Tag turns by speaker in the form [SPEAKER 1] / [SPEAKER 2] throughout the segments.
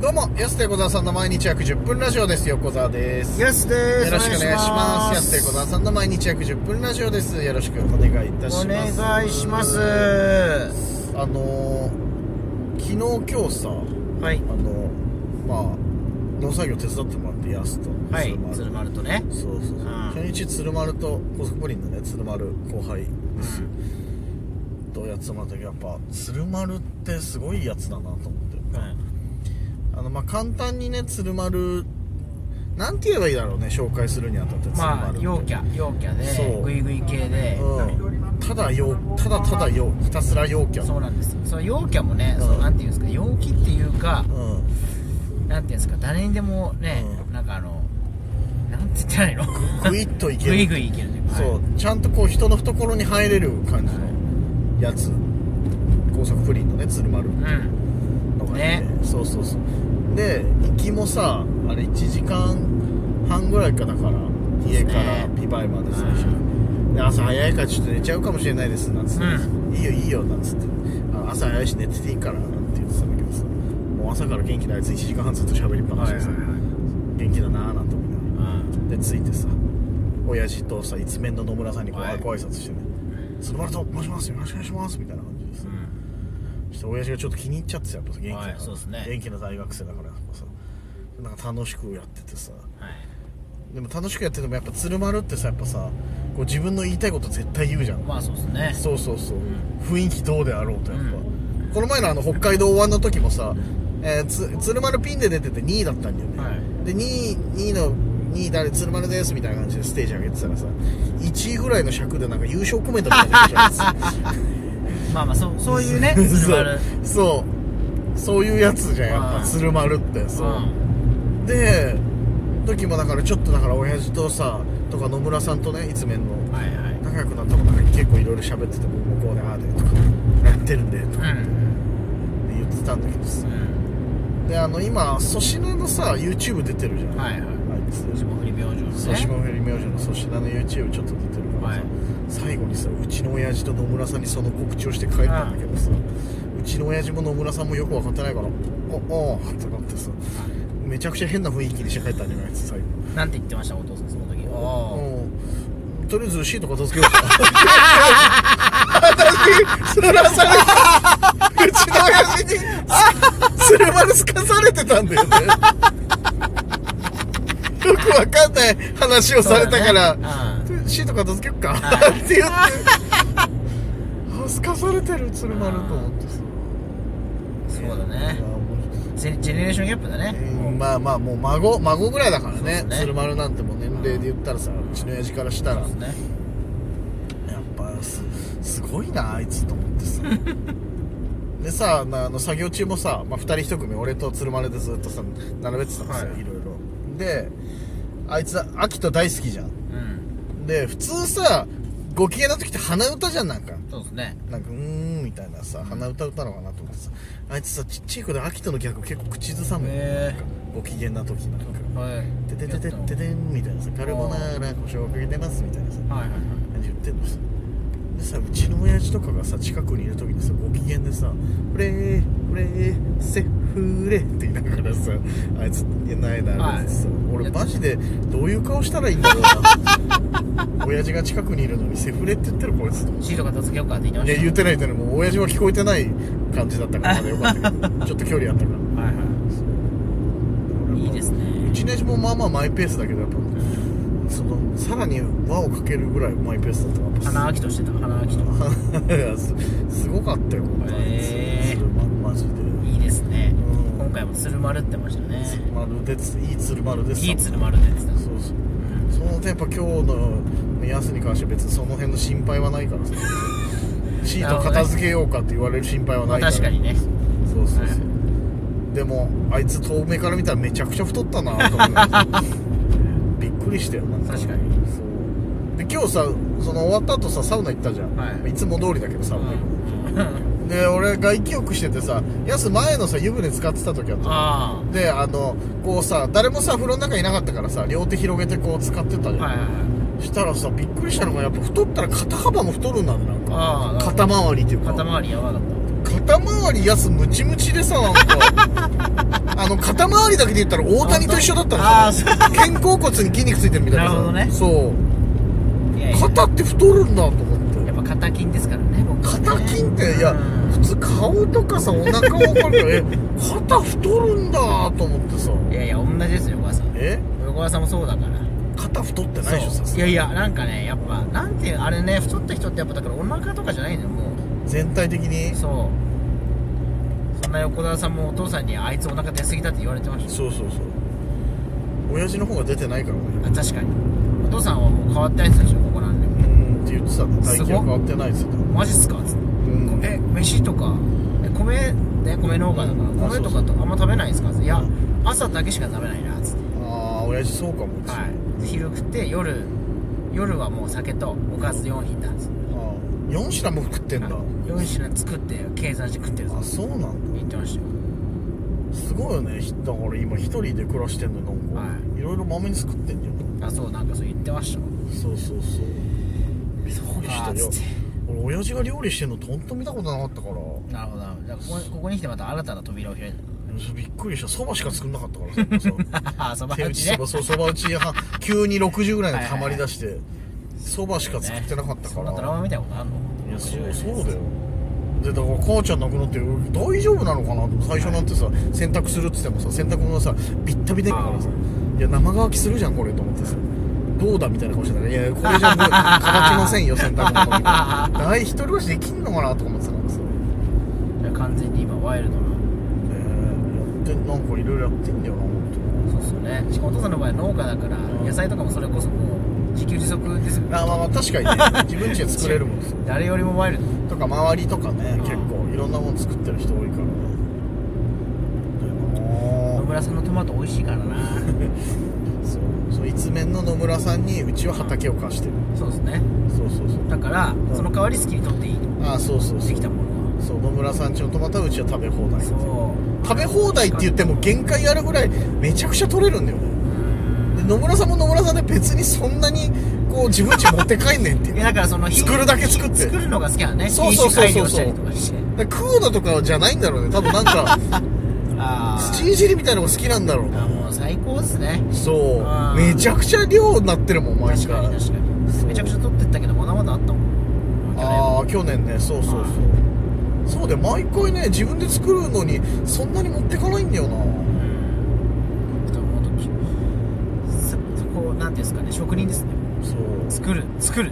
[SPEAKER 1] どうも、安手小沢さんの毎日約10分ラジオです。横澤です。よ
[SPEAKER 2] イエスです。
[SPEAKER 1] ろしくお願いします。安手小沢
[SPEAKER 2] す。
[SPEAKER 1] さんの毎日約10分ラジオです。よろしくお願いいたし
[SPEAKER 2] お
[SPEAKER 1] ます。
[SPEAKER 2] 願いします。
[SPEAKER 1] あのー、昨日今日さ、
[SPEAKER 2] はい
[SPEAKER 1] あ。の、まあ、農作業手伝ってもらって、安と。
[SPEAKER 2] はい
[SPEAKER 1] 鶴。丸
[SPEAKER 2] 鶴丸とね。
[SPEAKER 1] そうそうそう。
[SPEAKER 2] ん
[SPEAKER 1] 初日、鶴丸と、高速五輪のね、鶴丸後輩です。とやつもらったけど、やっぱ、鶴丸ってすごいやつだなと思って。
[SPEAKER 2] はい。
[SPEAKER 1] あのまあ簡単にね鶴丸なんて言えばいいだろうね紹介するにあたって鶴
[SPEAKER 2] まあ
[SPEAKER 1] 丸って、
[SPEAKER 2] 陽キャ陽キャ
[SPEAKER 1] そう
[SPEAKER 2] でグイグイ系で。
[SPEAKER 1] うん、ただ陽ただただ陽ひたすら陽キャ
[SPEAKER 2] そうなんです。その陽キャもね、
[SPEAKER 1] うん
[SPEAKER 2] そのなんていうんですか、陽気っていうか、
[SPEAKER 1] うん
[SPEAKER 2] なんていうんですか、誰にでもね
[SPEAKER 1] う、
[SPEAKER 2] なんかあの、なんて言ったらいいの？
[SPEAKER 1] グイッといける
[SPEAKER 2] グイグイいけるね。
[SPEAKER 1] そう、ちゃんとこう人の懐に入れる感じのやつ高速プリンのね鶴丸
[SPEAKER 2] う。うん。
[SPEAKER 1] のがいて、
[SPEAKER 2] ね
[SPEAKER 1] そうそうそうで行きもさあれ1時間半ぐらいかだから家から
[SPEAKER 2] そうですね
[SPEAKER 1] ピバイまで最初、
[SPEAKER 2] う
[SPEAKER 1] で朝早いからちょっと寝ちゃうかもしれないですなんつって、
[SPEAKER 2] う
[SPEAKER 1] いいよいいよなんつってあ朝早いし寝てていいからなんて言ってたんだけどさもう朝から元気なあいつ1時間半ずっと喋りっぱなしでさ、
[SPEAKER 2] はいはいはい
[SPEAKER 1] 元気だなーなんて思いながら
[SPEAKER 2] うん。
[SPEAKER 1] で着いてさ親父とさ一面の野村さんにこう、
[SPEAKER 2] はい
[SPEAKER 1] ご挨拶してね「鶴丸と申しますよろしくお願いします」みたいな感じでさ、そして親父がちょっと気に入っちゃってさやっぱさ元気な、
[SPEAKER 2] はいそうですね
[SPEAKER 1] 元気な大学生だからやっぱさなんか楽しくやっててさ
[SPEAKER 2] はい。
[SPEAKER 1] でも楽しくやっててもやっぱ鶴丸ってさやっぱさこう自分の言いたいこと絶対言うじゃん、
[SPEAKER 2] まあそうですね。
[SPEAKER 1] そうそうそう、雰囲気どうであろうとやっぱ、
[SPEAKER 2] う
[SPEAKER 1] この前のあの北海道湾の時もさ、えーつ鶴丸ピンで出てて2位だったんだよね、
[SPEAKER 2] はい
[SPEAKER 1] で2位2位の2位誰鶴丸ですみたいな感じでステージ上げてたらさ1位ぐらいの尺でなんか優勝コメントみたいなのやってたじゃん
[SPEAKER 2] まあまあそうそういうね、
[SPEAKER 1] そう
[SPEAKER 2] 鶴丸。
[SPEAKER 1] そうそういうやつじゃんやっぱ
[SPEAKER 2] うん
[SPEAKER 1] 鶴丸ってそう、
[SPEAKER 2] ん
[SPEAKER 1] で時もだからちょっとだから親父とさとか野村さんとねいつめんの
[SPEAKER 2] はいはい。
[SPEAKER 1] 仲良くなったもんだから結構いろいろ喋ってても向こうでああでとかやってるんでと
[SPEAKER 2] う
[SPEAKER 1] かって
[SPEAKER 2] ん。
[SPEAKER 1] 言ってたんだけどさ
[SPEAKER 2] うん。
[SPEAKER 1] であの今粗品のさ YouTube 出てるじゃん、
[SPEAKER 2] はいは
[SPEAKER 1] あ
[SPEAKER 2] い。
[SPEAKER 1] いつ
[SPEAKER 2] 霜降り明星のね。
[SPEAKER 1] そう霜降り明星の粗品の YouTube ちょっと出てるからさ、
[SPEAKER 2] はい
[SPEAKER 1] 最後にさうちの親父と野村さんにその告知をして帰ったんだけどさうちの親父も野村さんもよく分かってないからおおーってなってさめちゃくちゃ変な雰囲気にして帰ったんじゃないです最後
[SPEAKER 2] なんて言ってましたお父さんその時。おお。
[SPEAKER 1] うんとりあえずシート片付けようか私そらされうちの親父に鶴丸すかされてたんだよねよくわかんない話をされたから、
[SPEAKER 2] う
[SPEAKER 1] シート片付けよっ かって言って恥ずかされてる鶴丸と思ってさ
[SPEAKER 2] ん。そうだ
[SPEAKER 1] いや
[SPEAKER 2] ね。
[SPEAKER 1] もう
[SPEAKER 2] ジェジェネレーションギャップだね。
[SPEAKER 1] うんまあまあもう孫孫ぐらいだからね
[SPEAKER 2] そうですね
[SPEAKER 1] 鶴丸なんてもう年齢で言ったらさうちの親父からしたら
[SPEAKER 2] そうですね。
[SPEAKER 1] やっぱすすごいなあいつと思って さでさなあの作業中もさ、まあ、2人1組俺と鶴丸でずっとさ並べてたんですよ、
[SPEAKER 2] はい
[SPEAKER 1] い、ろいろであいつ秋と大好きじゃん
[SPEAKER 2] うん。
[SPEAKER 1] で普通さご機嫌な時って鼻歌じゃんなんか
[SPEAKER 2] そうですね。
[SPEAKER 1] なんかうーんみたいなさ鼻歌歌うのかなと思ってさあいつさちっちゃい子で秋とのギャグ結構口ずさむの
[SPEAKER 2] へえ
[SPEAKER 1] なんかご機嫌な時なんか
[SPEAKER 2] は
[SPEAKER 1] て
[SPEAKER 2] い。
[SPEAKER 1] てててて
[SPEAKER 2] やっ
[SPEAKER 1] でんみたいなさカルボナーラ胡椒をかけてますみたいなさ
[SPEAKER 2] たのはいはいはい。
[SPEAKER 1] 何言ってんのさでさうちの親父とかがさ近くにいる時にさご機嫌でさ「フレーフレーセフレ」って言いながらさあいついないなあいつさ、俺マジでどういう顔したらいいんだろうな親父が近くにいるのに「セフレ」って言ってるこいつと思って
[SPEAKER 2] シート片付けようかって言ってま
[SPEAKER 1] いや
[SPEAKER 2] し
[SPEAKER 1] 言ってない言ってないもう親父は聞こえてない感じだったからまだよかったけどちょっと距離あったか
[SPEAKER 2] た。はいは
[SPEAKER 1] ら
[SPEAKER 2] い。いいです
[SPEAKER 1] う
[SPEAKER 2] ね。
[SPEAKER 1] ちの親父もまあまあマイペースだけどやっぱそのさらに輪をかけるぐらいマイペースだったからやっぱ
[SPEAKER 2] 鼻飽きとしてた鼻飽きと。
[SPEAKER 1] いやすすごかったよ本当に
[SPEAKER 2] へー
[SPEAKER 1] 鶴丸マジで
[SPEAKER 2] いいですね。
[SPEAKER 1] うん
[SPEAKER 2] 今回も鶴丸ってましたね。
[SPEAKER 1] 鶴丸ですいい鶴丸です
[SPEAKER 2] いい鶴丸って言ってた。
[SPEAKER 1] そうそうその点やっぱ今日の安に関しては別にその辺の心配はないからさシート片付けようかって言われる心配はな
[SPEAKER 2] まあ
[SPEAKER 1] いから
[SPEAKER 2] 確かにね。
[SPEAKER 1] そうそうそう、
[SPEAKER 2] はい
[SPEAKER 1] でもあいつ遠目から見たらめちゃくちゃ太ったなと思って びっくりしたよなん
[SPEAKER 2] 確かに
[SPEAKER 1] そうで今日さその終わった後さサウナ行ったじゃん、
[SPEAKER 2] はい
[SPEAKER 1] いつも通りだけどサ
[SPEAKER 2] う
[SPEAKER 1] ウナ行くの
[SPEAKER 2] ん。
[SPEAKER 1] で俺外気浴しててさやす前のさ湯船使ってた時あった
[SPEAKER 2] あ
[SPEAKER 1] であのこうさ誰もさ風呂の中いなかったからさ両手広げてこう使ってたじゃん、
[SPEAKER 2] あ。はいはいはい。
[SPEAKER 1] したらさびっくりしたのがやっぱ太ったら肩幅も太るんだねなんか
[SPEAKER 2] ああ。
[SPEAKER 1] 肩周りっていうか
[SPEAKER 2] 肩周りやばかった。
[SPEAKER 1] 肩周りやすムチムチでさなんかあの肩周りだけで言ったら大谷と一緒だったんですよ
[SPEAKER 2] あー
[SPEAKER 1] 肩甲骨に筋肉ついてるみたいなさ
[SPEAKER 2] なるほどね
[SPEAKER 1] そう
[SPEAKER 2] いやいや
[SPEAKER 1] 肩って太るんだと思って
[SPEAKER 2] やっぱ肩筋ですからね僕はね
[SPEAKER 1] 肩筋っていや
[SPEAKER 2] うん
[SPEAKER 1] 普通顔とかさお腹わかるけどえ肩太るんだと思ってさ
[SPEAKER 2] いやいや同じですよ横川さん
[SPEAKER 1] え
[SPEAKER 2] 横川さんもそうだから
[SPEAKER 1] 肩太ってないでしょ
[SPEAKER 2] そ
[SPEAKER 1] さ
[SPEAKER 2] う
[SPEAKER 1] す
[SPEAKER 2] い
[SPEAKER 1] が
[SPEAKER 2] や
[SPEAKER 1] に
[SPEAKER 2] いやなんかねやっぱなんていうあれね太った人ってやっぱだからお腹とかじゃないのよも
[SPEAKER 1] 全体的に
[SPEAKER 2] うそうそんな横田さんもお父さんにあいつお腹出すぎだって言われてました
[SPEAKER 1] そうそうそう親父の方が出てないからね
[SPEAKER 2] あ確かにお父さんはもう変わってないんですよここなんで
[SPEAKER 1] うーんって言ってたの体型は変わってないっつってた
[SPEAKER 2] マジっすかつって
[SPEAKER 1] うん
[SPEAKER 2] え飯とかえ米ね米農家だ
[SPEAKER 1] あ
[SPEAKER 2] から米とかとあんま食べないんですかつっていや朝だけしか食べないなつって
[SPEAKER 1] ああ親父そうかもっつって
[SPEAKER 2] はい昼食って夜夜はもう酒とおかず4品だつって
[SPEAKER 1] あー4品も食ってんだ
[SPEAKER 2] 4品作って計算して食ってるぞ
[SPEAKER 1] あそうなんだ
[SPEAKER 2] 言ってましたよ
[SPEAKER 1] すごいよねひだから今一人で暮らしてんのになんか、、
[SPEAKER 2] はい
[SPEAKER 1] ろいろまめに作ってんじゃん
[SPEAKER 2] あそうなんかそう言ってました
[SPEAKER 1] そうそうそう
[SPEAKER 2] そう
[SPEAKER 1] か
[SPEAKER 2] つって
[SPEAKER 1] 俺親父が料理してんのとんと見たことなかったから
[SPEAKER 2] なるほどなるほどだからここここに来てまた新たな扉を開い
[SPEAKER 1] びっくりしたそばしか作んなかったからさ
[SPEAKER 2] た そば
[SPEAKER 1] 手
[SPEAKER 2] 打
[SPEAKER 1] 打ち
[SPEAKER 2] ち
[SPEAKER 1] そ
[SPEAKER 2] ね
[SPEAKER 1] ばそうそば打ちは急に60ぐらいにはまりだしてそばしか作ってなかった
[SPEAKER 2] そ
[SPEAKER 1] か
[SPEAKER 2] ん
[SPEAKER 1] ら
[SPEAKER 2] なドラマみたいなことあんの
[SPEAKER 1] いやそうそうだよでだから母ちゃん亡くなって大丈夫なのかなと最初なんてさ洗濯するっつってもさ洗濯物さビッタビタだからさいや生乾きするじゃんこれと思ってさどうだみたいな顔してたら「いやこれじゃもう乾きませ んよ洗濯物」みたいな大一人暮らしできんのかなとか思ってたからさ、
[SPEAKER 2] いや完全に今ワイルドな
[SPEAKER 1] えやってなんかいろいろやってんだよな本
[SPEAKER 2] そうっすよねしかもお父さんの場合農家だから
[SPEAKER 1] うん
[SPEAKER 2] 野菜とかもそれこそもう自給自足ですよ
[SPEAKER 1] 当。あまあまあ確かに ね自分家で作れるもんですよ
[SPEAKER 2] 誰よりもワイルド
[SPEAKER 1] とか周りとかね
[SPEAKER 2] うん
[SPEAKER 1] 結構いろんなもの作ってる人多いからねだよな
[SPEAKER 2] 野村さんのトマト美味しいから な
[SPEAKER 1] そうそう一面の野村さんにうちは畑を貸してる
[SPEAKER 2] そうですね
[SPEAKER 1] そうそうそう
[SPEAKER 2] だから
[SPEAKER 1] ん
[SPEAKER 2] その代わり好きにとっていいと
[SPEAKER 1] ああそうそうそ
[SPEAKER 2] で
[SPEAKER 1] う
[SPEAKER 2] きたものは
[SPEAKER 1] そう野村さんちのトマトはうちは食べ放題
[SPEAKER 2] そう
[SPEAKER 1] 食べ放題って言っても限界あるぐらいめちゃくちゃ取れるんだよね
[SPEAKER 2] うん
[SPEAKER 1] で野村さんも野村さんで別にそんなにこう自分家持って帰んねんっ てい
[SPEAKER 2] いうやだからその火
[SPEAKER 1] 作るだけ作って
[SPEAKER 2] 作るのが好きなのね
[SPEAKER 1] そうそうそうそう
[SPEAKER 2] 品種改良したりとかして
[SPEAKER 1] だから食うのとかじゃないんだろうね多分なんか
[SPEAKER 2] あー
[SPEAKER 1] 土いじりみたいなのが好きなんだろうね
[SPEAKER 2] あもう最高ですね
[SPEAKER 1] そう
[SPEAKER 2] あー
[SPEAKER 1] めちゃくちゃ量になってるもん毎
[SPEAKER 2] 確
[SPEAKER 1] 回
[SPEAKER 2] かに確か
[SPEAKER 1] そう
[SPEAKER 2] にめちゃくちゃ撮ってったけどまだまだあったもん去年
[SPEAKER 1] ああ去年ねそうそうそう、
[SPEAKER 2] はい
[SPEAKER 1] そうで毎回ね自分で作るのにそんなに持ってかないんだよな
[SPEAKER 2] うんともっとそそこなんていうんですかね職人ですね
[SPEAKER 1] そうそう
[SPEAKER 2] 作る作る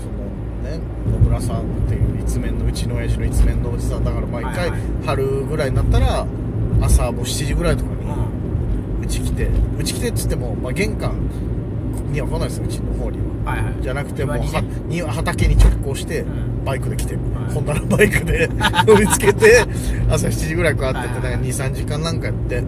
[SPEAKER 1] そのね野村さんっていう一面のうちの親父の一面のおじさんだから毎
[SPEAKER 2] は
[SPEAKER 1] 回
[SPEAKER 2] いはい
[SPEAKER 1] 春ぐらいになったら朝もう7時ぐらいとか
[SPEAKER 2] う
[SPEAKER 1] に
[SPEAKER 2] ん
[SPEAKER 1] うち来てうち来てっつっても、まあ、玄関には来ないですうちの方には
[SPEAKER 2] はいはい
[SPEAKER 1] じゃなくてもう
[SPEAKER 2] 庭にね
[SPEAKER 1] はに畑に直行して
[SPEAKER 2] うん
[SPEAKER 1] バイクで来て、
[SPEAKER 2] はい
[SPEAKER 1] ホンダのバイク で乗りつけて朝7時ぐらいこうやってやって
[SPEAKER 2] はいはい
[SPEAKER 1] 23時間なんかやって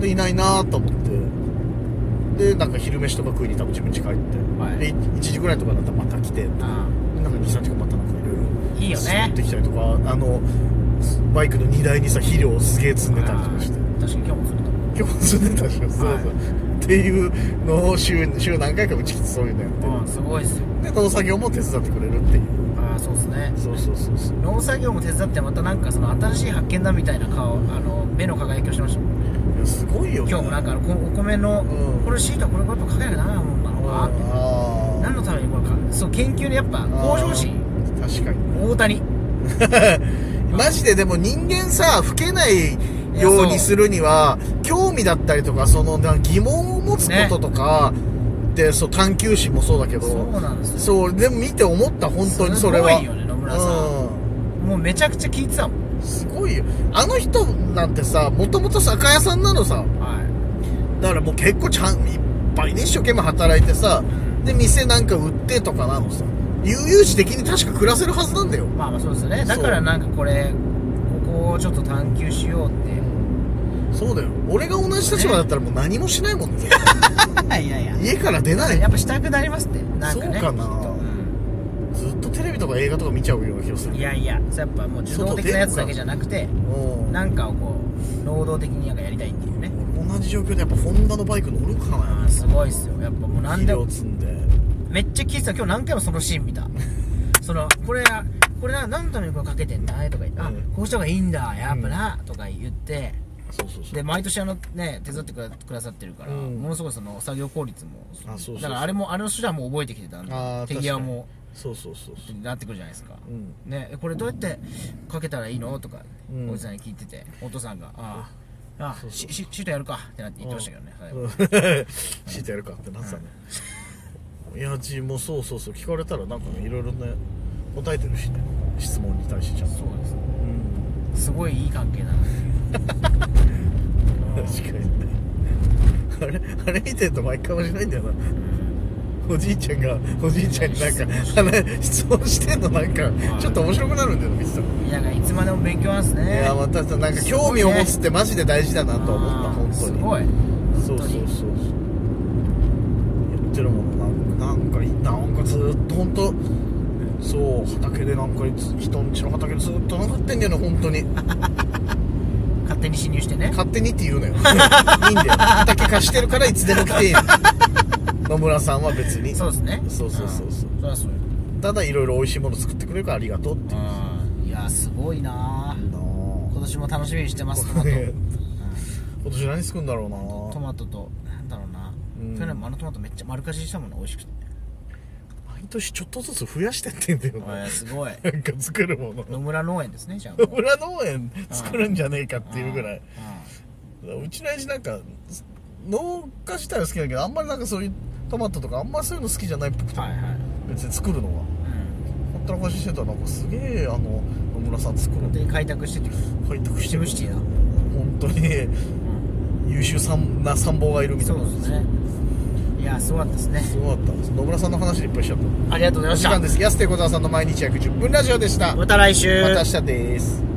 [SPEAKER 1] でいないなと思ってでなんか昼飯とか食いに多分自分家帰って、
[SPEAKER 2] はい
[SPEAKER 1] で1時ぐらいとかだったらまた来てなんか
[SPEAKER 2] あ
[SPEAKER 1] 23時間またなんかいろいろ
[SPEAKER 2] いいよ
[SPEAKER 1] 持
[SPEAKER 2] ね
[SPEAKER 1] ってきたりとかあのバイクの荷台にさ肥料をすげえ積んでたりとかして
[SPEAKER 2] うん確かに今日もすると思
[SPEAKER 1] 今日も積んでたでしょ、そうそうっていうのを週週何回かうち来てそういうのやって
[SPEAKER 2] ううんすごいっすよ
[SPEAKER 1] で農作業も手伝ってくれるっていう
[SPEAKER 2] ああそうっすね
[SPEAKER 1] そうそうそうそう
[SPEAKER 2] 農作業も手伝ってまたなんかその新しい発見だみたいな顔あの目の輝きをしてましたもんね
[SPEAKER 1] いやすごいよ、ね、
[SPEAKER 2] 今日もなんかあのこお米の
[SPEAKER 1] うん
[SPEAKER 2] これシートはこれこれやっぱかけなきゃダメなもんなのかなって
[SPEAKER 1] あ
[SPEAKER 2] 何のためにこれかそう研究でやっぱ
[SPEAKER 1] あ
[SPEAKER 2] 向上心
[SPEAKER 1] 確かに
[SPEAKER 2] 大谷
[SPEAKER 1] マジででも人間さ老けないようにするには興味だったりとかそのな疑問を持つこととか、でそう探求心もそうだけど
[SPEAKER 2] そうなんですよ
[SPEAKER 1] そうでも見て思った本当にそれは
[SPEAKER 2] すごいよね野村さんもうめちゃくちゃ聞いてたもん
[SPEAKER 1] うんすごいよあの人なんてさもともと酒屋さんなのさ
[SPEAKER 2] は
[SPEAKER 1] だからもう結構ちゃんいっぱいね一生懸命働いてさで店なんか売ってとかなのさ悠々自適に確か暮らせるはずなんだよ
[SPEAKER 2] いまあまあそうですよねだからなんかこれここをちょっと探求しよ うっ
[SPEAKER 1] そうだよ俺が同じ立場だったらもう何もしないもんね
[SPEAKER 2] ていやいや
[SPEAKER 1] 家から出ない
[SPEAKER 2] やっぱしたくなりますってなんかね
[SPEAKER 1] そうかな
[SPEAKER 2] きっとうん
[SPEAKER 1] ずっとテレビとか映画とか見ちゃうような気がする
[SPEAKER 2] いやいやそれやっぱもう自動的なやつだけじゃなくて
[SPEAKER 1] うん
[SPEAKER 2] なんかをこう能動的になんかやりたいっていうね
[SPEAKER 1] 同じ状況でやっぱホンダのバイク乗るか
[SPEAKER 2] あ
[SPEAKER 1] な
[SPEAKER 2] あすごいっすよやっぱもう
[SPEAKER 1] 肥
[SPEAKER 2] 何で
[SPEAKER 1] 料
[SPEAKER 2] も
[SPEAKER 1] 積んで
[SPEAKER 2] めっちゃ聞いてた今日何回もそのシーン見たそのこれこれな何のためにこれかけてんだいとか言って、あ
[SPEAKER 1] うん
[SPEAKER 2] こうした方がいいんだやっぱな、とか言って
[SPEAKER 1] うそうそうそう
[SPEAKER 2] で毎年あのね手伝ってくだくださってるから、
[SPEAKER 1] うん
[SPEAKER 2] ものすごいその作業効率も
[SPEAKER 1] あそうそうそう
[SPEAKER 2] だからあれもあれの手段も覚えてきてたんで
[SPEAKER 1] あー
[SPEAKER 2] 手際も
[SPEAKER 1] そうそうそうそう
[SPEAKER 2] なってくるじゃないですか、
[SPEAKER 1] うん
[SPEAKER 2] ね、えこれどうやってかけたらいいのとか、
[SPEAKER 1] うん
[SPEAKER 2] おじさんに聞いててお父さんが「ああああ
[SPEAKER 1] そうそう
[SPEAKER 2] ししシュートやるか」ってなって言ってましたけどね、最後
[SPEAKER 1] シートやるかってなってたね、いやちもうそうそうそう聞かれたらなんかねいろいろね答えてるしね質問に対してちゃんと、
[SPEAKER 2] そうです
[SPEAKER 1] うん、
[SPEAKER 2] すごいいい関係だなっていう
[SPEAKER 1] 確かにねあれあれ見てると毎回面白いんだよなおじいちゃんがおじいちゃんになんかあの質問してんのなんかちょっと面白くなるんだよな見てたら
[SPEAKER 2] いやいつまでも勉強なんす
[SPEAKER 1] い
[SPEAKER 2] ね
[SPEAKER 1] やまたなんか興味を持つってマジで大事だなと思った
[SPEAKER 2] あー
[SPEAKER 1] 本当に
[SPEAKER 2] すごい
[SPEAKER 1] そうそうそうそう言ってるものなんかなんかいいなんかずっと本当そう畑でなんかいつ人んちの畑でずっとなってんだよね本当に
[SPEAKER 2] 勝手に侵入してね
[SPEAKER 1] 勝手にって言うなよいいんだよ畑貸してるからいつでも来ていいの野村さんは別に
[SPEAKER 2] そうですね
[SPEAKER 1] そうそうそうそうん
[SPEAKER 2] そりゃそうよ
[SPEAKER 1] ただいろいろ美味しいもの作ってくれるからありがとうっていう
[SPEAKER 2] うんいやすごいな
[SPEAKER 1] なあ
[SPEAKER 2] 今年も楽しみにしてます トマト、
[SPEAKER 1] 今年何作るんだろうな
[SPEAKER 2] うんトマトとなんだろうな、
[SPEAKER 1] うん
[SPEAKER 2] 去年もあのトマトめっちゃ丸かじりしたもんね美味しくて
[SPEAKER 1] 毎年ちょっとずつ増やしてってんだよ
[SPEAKER 2] えー
[SPEAKER 1] ね
[SPEAKER 2] すごい
[SPEAKER 1] なんか作るもの
[SPEAKER 2] 野村農園ですねじゃあ
[SPEAKER 1] 野村農園作るんじゃねえかっていうぐらい
[SPEAKER 2] うん
[SPEAKER 1] うちの親父なんか農家自体は好きだけどあんまりなんかそういうトマトとかあんまそういうの好きじゃないっぽくて
[SPEAKER 2] はいはい、
[SPEAKER 1] 別に作るのは
[SPEAKER 2] う
[SPEAKER 1] ほったらかししてたらなんかすげえあの野村さん作る
[SPEAKER 2] ん、
[SPEAKER 1] の
[SPEAKER 2] で開拓してて、
[SPEAKER 1] 開拓してる
[SPEAKER 2] シティだ
[SPEAKER 1] 本当に優秀さんな参謀がいるみた
[SPEAKER 2] そ
[SPEAKER 1] いうな
[SPEAKER 2] ですねいやすごかったですね
[SPEAKER 1] すごかった野村さんの話でいっぱいしちゃった
[SPEAKER 2] ありがとうござい
[SPEAKER 1] お
[SPEAKER 2] まし
[SPEAKER 1] 時
[SPEAKER 2] た
[SPEAKER 1] 間です安手小沢さんの毎日約10分ラジオでしたま
[SPEAKER 2] また来週
[SPEAKER 1] た明日です